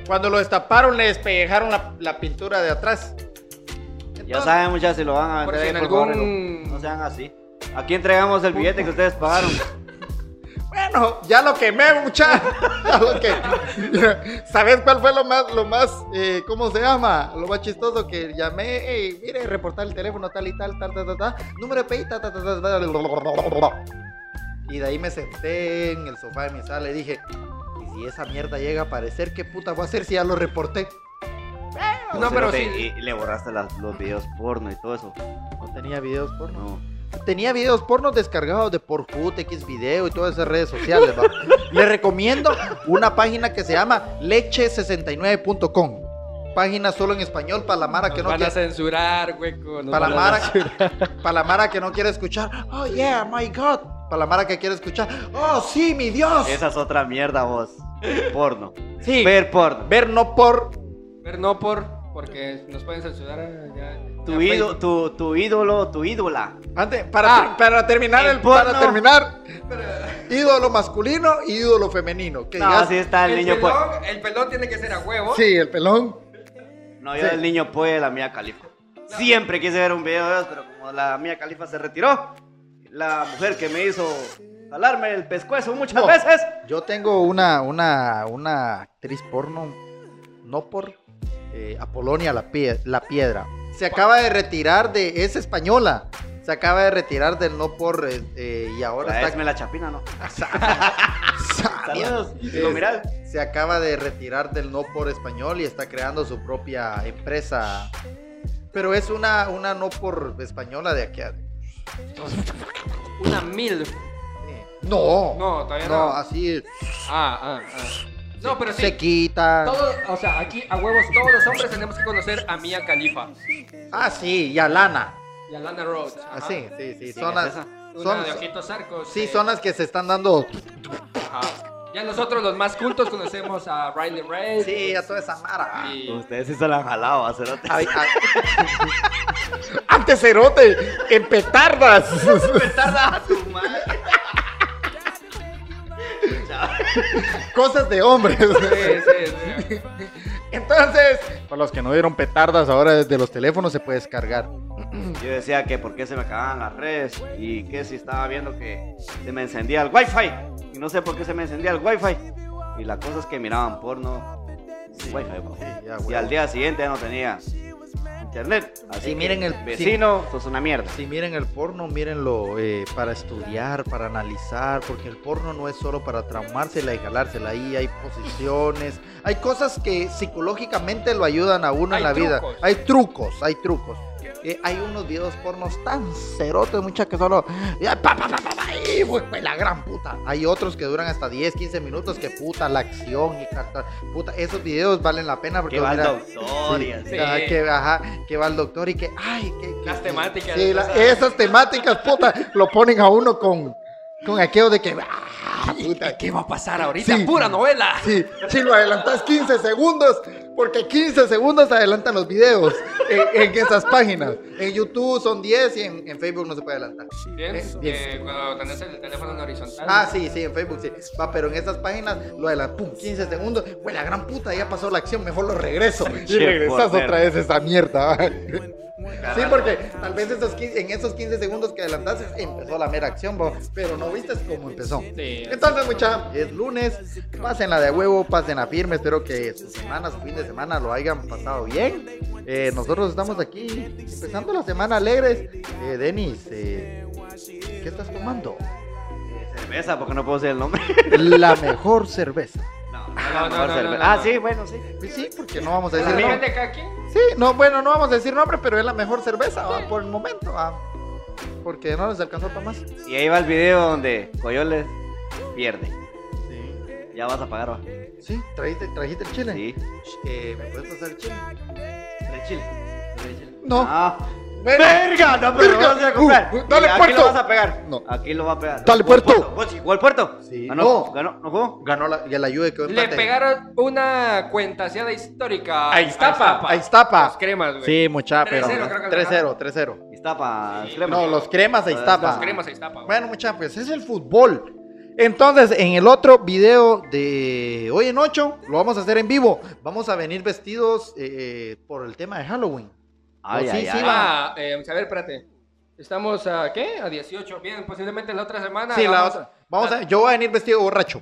A: Cuando lo destaparon, le despejaron la, la pintura de atrás.
B: Ya
A: Entonces,
B: saben, muchas, si lo van a vender.
C: Por si
B: ahí,
C: en
B: por favor,
C: algún-
B: no- No sean así. Aquí entregamos el billete que ustedes pagaron.
A: Bueno, ya lo quemé, mucha. Ya lo que- ¿Sabes cuál fue lo más, lo más, eh, cómo se llama? Lo más chistoso que llamé, "Ey, mire, reportar el teléfono, tal y tal, tal, tal, tal, tal, número de PI, tal, tal, tal, tal, tal". Y de ahí me senté en el sofá de mi sala y dije, y si esa mierda llega a aparecer, ¿qué puta voy a hacer si ya lo reporté? pues,
C: No, pero
B: Cerote,
C: sí.
B: Y y le borraste las- los videos porno y todo eso.
A: No tenía videos porno.
B: No.
A: tenía videos pornos descargados de Pornhub, X Video y todas esas redes sociales. ¿va? Le recomiendo una página que se llama leche69.com. Página solo en español para la mara que
C: Nos
A: no
C: van a
A: quiere.
C: censurar, hueco. nos
A: Para
C: van
A: la,
C: a
A: mara, para la mara que no quiere escuchar, oh yeah, my god. Para la mara que quiere escuchar, oh sí, mi Dios.
B: Esa es otra mierda, vos. Porno.
A: Sí, ver,
B: Ver porno.
A: no por.
C: Pero no por, porque nos pueden censurar. eh, ya-
B: Tu,
C: ya
B: ídolo,
C: Facebook.
B: tu, tu ídolo, tu ídola.
A: Antes, para,
C: Ah,
A: para terminar,
B: el
A: el, para
B: porno.
A: terminar, ídolo masculino y ídolo femenino. Que
B: No,
A: ya-
B: así está el,
C: El,
B: niño pollo.
C: pelón, el pelón tiene que ser a huevo.
A: sí, el pelón.
B: No, yo el niño pollo de la mía califa. Siempre quise ver un video de ellos, pero como la mía califa se retiró, la mujer que me hizo jalarme el pescuezo muchas
A: No.
B: veces.
A: Yo tengo una, una, una actriz porno, no por eh, Apolonia la, Pie- la Piedra. Se acaba de retirar de, es española, se acaba de retirar del no por, eh, eh, y ahora
B: Ahora
A: está... Ah,
B: la chapina, ¿no?
A: Sabia.
B: Saludos. Lo mirá.
A: Se acaba de retirar del no por español y está creando su propia empresa. Pero es una, una no por española de aquí a...
C: Una mil.
A: eh, No,
C: No, todavía
A: no,
C: no.
A: así
C: Ah, ah, ah. No, pero
A: se
C: sí.
A: quita.
C: Todo, o sea, aquí a huevos todos los hombres tenemos que conocer a Mia Khalifa
A: Ah, sí, y a Lana.
C: y a Lana Rhodes. ajá.
A: Ah, sí, sí, sí.
B: Sí,
A: Son
B: es
A: las,
B: esa.
C: Una
A: son-
C: de ojitos arcos.
A: sí,
C: eh,
A: son las que se están dando.
C: ajá. Ya nosotros los más cultos conocemos a Riley Ray.
A: Sí, Ah, pues. a toda esa mara.
C: Y...
B: Ustedes sí se la han jalado, cerote.
A: Ay, ay. Antes cerote, en petardas.
B: Petarda a tu madre.
A: Cosas de hombres.
C: Sí, sí, sí.
A: Entonces, para los que no vieron petardas, ahora desde los teléfonos se puede descargar.
B: Yo decía que por qué se me acababan las redes y que si estaba viendo que se me encendía el wifi y no sé por qué se me encendía el wifi y la cosa es que miraban porno sin wifi po.
A: ya,
B: y
A: huevo.
B: al día siguiente ya no tenía internet así
A: Sí,
B: que,
A: miren el-
B: vecino sos una mierda
A: Si miren el porno, mírenlo eh, para estudiar, para analizar, porque el porno no es solo para traumársela y jalársela. Ahí hay posiciones, hay cosas que psicológicamente lo ayudan a uno en
C: Hay
A: la vida.
C: trucos.
A: Hay trucos, hay trucos. Eh, hay unos videos pornos tan cerotes, muchas que solo. ya, pa, pa, pa, pa, pa, y, güey, pues, la gran puta. Hay otros que duran hasta 10, 15 minutos, que puta, la acción y carta- puta. Esos videos valen la pena porque
B: que va el
A: mira,
B: doctor y así.
C: Sí.
A: Ah, que, ajá, que va al doctor y que, ay, que, que-
C: Las temáticas.
A: Sí, la- esas temáticas, puta, lo ponen a uno con, con aquello de que, ah, puta,
C: ¿Qué
A: que-
C: va a pasar ahorita?
A: Sí.
C: ¡Pura novela!
A: sí, si lo adelantas 15 segundos, porque 15 segundos adelantan los videos. en, en esas páginas. En YouTube son 10 y en, en Facebook no se puede adelantar.
C: ¿Tienes?
A: Eh,
C: Eh, cuando tenés el teléfono en horizontal.
A: Ah, sí, sí, en Facebook sí. Va, pero en estas páginas lo de las pum, 15 segundos. Güey, la gran puta, ya pasó la acción, mejor lo regreso. Y
B: Che,
A: regresas
B: poder.
A: otra vez esa mierda. va. Sí, porque tal vez esos 15 en esos 15 segundos que adelantaste empezó la mera acción, va, pero no viste cómo empezó.
C: Sí.
A: Entonces, mucha, es lunes, pásenla de huevo, pásenla firme, espero que su semana, su fin de semana lo hayan pasado bien. Eh, nosotros estamos aquí empezando la semana alegres. Eh, Denis, eh, ¿qué estás tomando?
B: Eh, Cerveza, porque no puedo decir el nombre.
A: La mejor cerveza.
B: No, no,
C: no, no, no, no,
B: Ah,
C: no.
B: sí, bueno, sí.
A: Pues sí, porque no vamos a
C: ¿La
A: decir
C: miren
A: nombre.
C: de cada quien?
A: Sí, no, bueno, no vamos a decir nombre, pero es la mejor cerveza va, por el momento. va. Porque no nos alcanzó para más.
B: Y ahí va el video donde Coyoles pierde.
A: Sí.
B: Ya vas a pagar, va.
A: Sí, trajiste, trajiste el chile.
B: Sí.
A: Eh, ¿Me puedes pasar el chile?
B: El chile. El chile.
A: No.
B: Ah.
A: Bueno.
B: ¡Verga! No, pero
A: Verga.
B: no lo vas a comprar.
A: Uh, uh, dale,
B: Y aquí
A: puerto.
B: lo vas a pegar.
A: No.
B: Aquí lo va a pegar.
A: Dale,
B: ¿Jugó
A: puerto.
B: puerto? ¿Jugó el puerto?
A: Sí.
B: Ah,
A: No.
B: no. Ganó. ¿No jugó?
A: Ganó la, y la ayuda que
C: Le pegaron una cuentaseada histórica.
A: A Iztapa. A Iztapa.
C: Los cremas, güey.
A: Sí, mucha, pero.
C: 3-0 creo que le
A: 3-0, 3-0.
B: Iztapa.
C: Sí.
B: Clema.
A: No, los cremas a
B: Los
A: Iztapa.
C: Los cremas a Iztapa. güey.
A: Bueno, mucha, pues es el fútbol. Entonces, en el otro video de hoy en 8, lo vamos a hacer en vivo. Vamos a venir vestidos eh, por el tema de Halloween.
B: Ay,
A: Sí,
B: ay,
A: sí,
B: ay.
A: va.
C: Ah, eh, a ver, espérate. Estamos a qué? A 18. Bien, posiblemente la otra semana.
A: Sí, la
C: hagamos-
A: otra. Vamos a, yo voy a venir vestido borracho.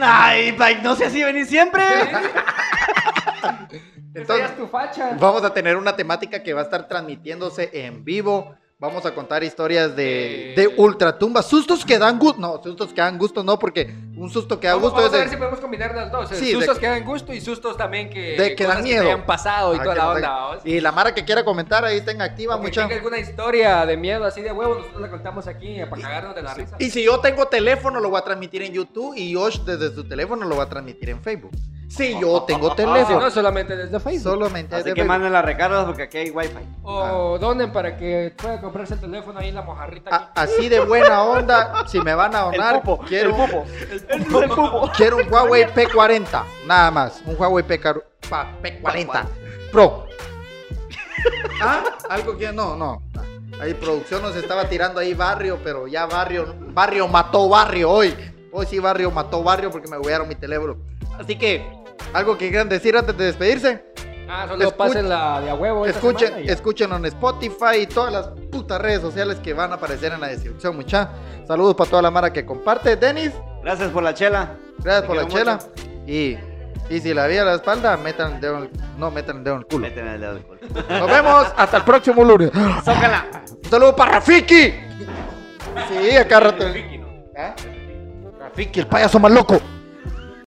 B: Ay, Mike, no sé si venís siempre.
A: Entonces-
C: Entonces, tu facha.
A: Vamos a tener una temática que va a estar transmitiéndose en vivo. Vamos a contar historias de,
C: Eh.
A: de ultratumba. Sustos que dan gusto. No, sustos que dan gusto no, porque un susto que da
C: Vamos,
A: gusto
C: vamos
A: es
C: a ver
A: de-
C: si podemos combinar las dos. eh,
A: Sí, de-
C: sustos que dan gusto y sustos también que.
A: de que
C: cosas
A: dan
C: te
A: miedo.
C: hayan pasado y
A: Ah,
C: toda
A: que
C: la
A: no
C: onda.
A: tenga-
C: vamos.
A: Y la Mara que quiera comentar, ahí está en activa,
C: O que
A: mucha.
C: tenga alguna historia de miedo así de huevo, nosotros la contamos aquí eh, para cagarnos de la risa.
A: Y si yo tengo teléfono, lo voy a transmitir en YouTube. Y Josh desde su teléfono lo va a transmitir en Facebook. Si yo tengo
C: Ah, si
A: teléfono,
C: no, solamente desde Facebook.
A: solamente
B: Así
A: desde
B: que
A: Facebook.
B: manden las recargas porque aquí hay wifi.
A: Ah.
C: O donen para que pueda comprarse el teléfono ahí la mojarrita. aquí.
A: A- así de buena onda, si me van a donar, quiero, quiero un Huawei P40, nada más, un Huawei P40, P40 Pro. ¿Ah? Algo que no, no. Ahí producción nos estaba tirando ahí barrio, pero ya barrio, barrio mató barrio hoy. Hoy sí barrio mató barrio porque me huearon mi teléfono. Así que, algo que quieran decir antes de despedirse.
C: Ah, solo
A: Escuch-
C: pasen la de a huevo. esta
A: Escuchen,
C: semana y ya.
A: escúchenos en Spotify y todas las putas redes sociales que van a aparecer en la descripción, mucha. Saludos para toda la mara que comparte. Denis,
B: Gracias por la chela.
A: gracias
B: Te
A: por la
B: quiero
A: chela.
B: mucho.
A: Y, y si la vi a la espalda, metan el dedo en el, no metan el dedo en el culo.
B: Méteme el dedo del culo.
A: Nos vemos hasta el próximo lunes.
B: Zócala.
A: Un saludo para Rafiki. Sí, acá rato.
B: Ricky, no.
A: ¿Ah? Rafiki, el payaso más loco.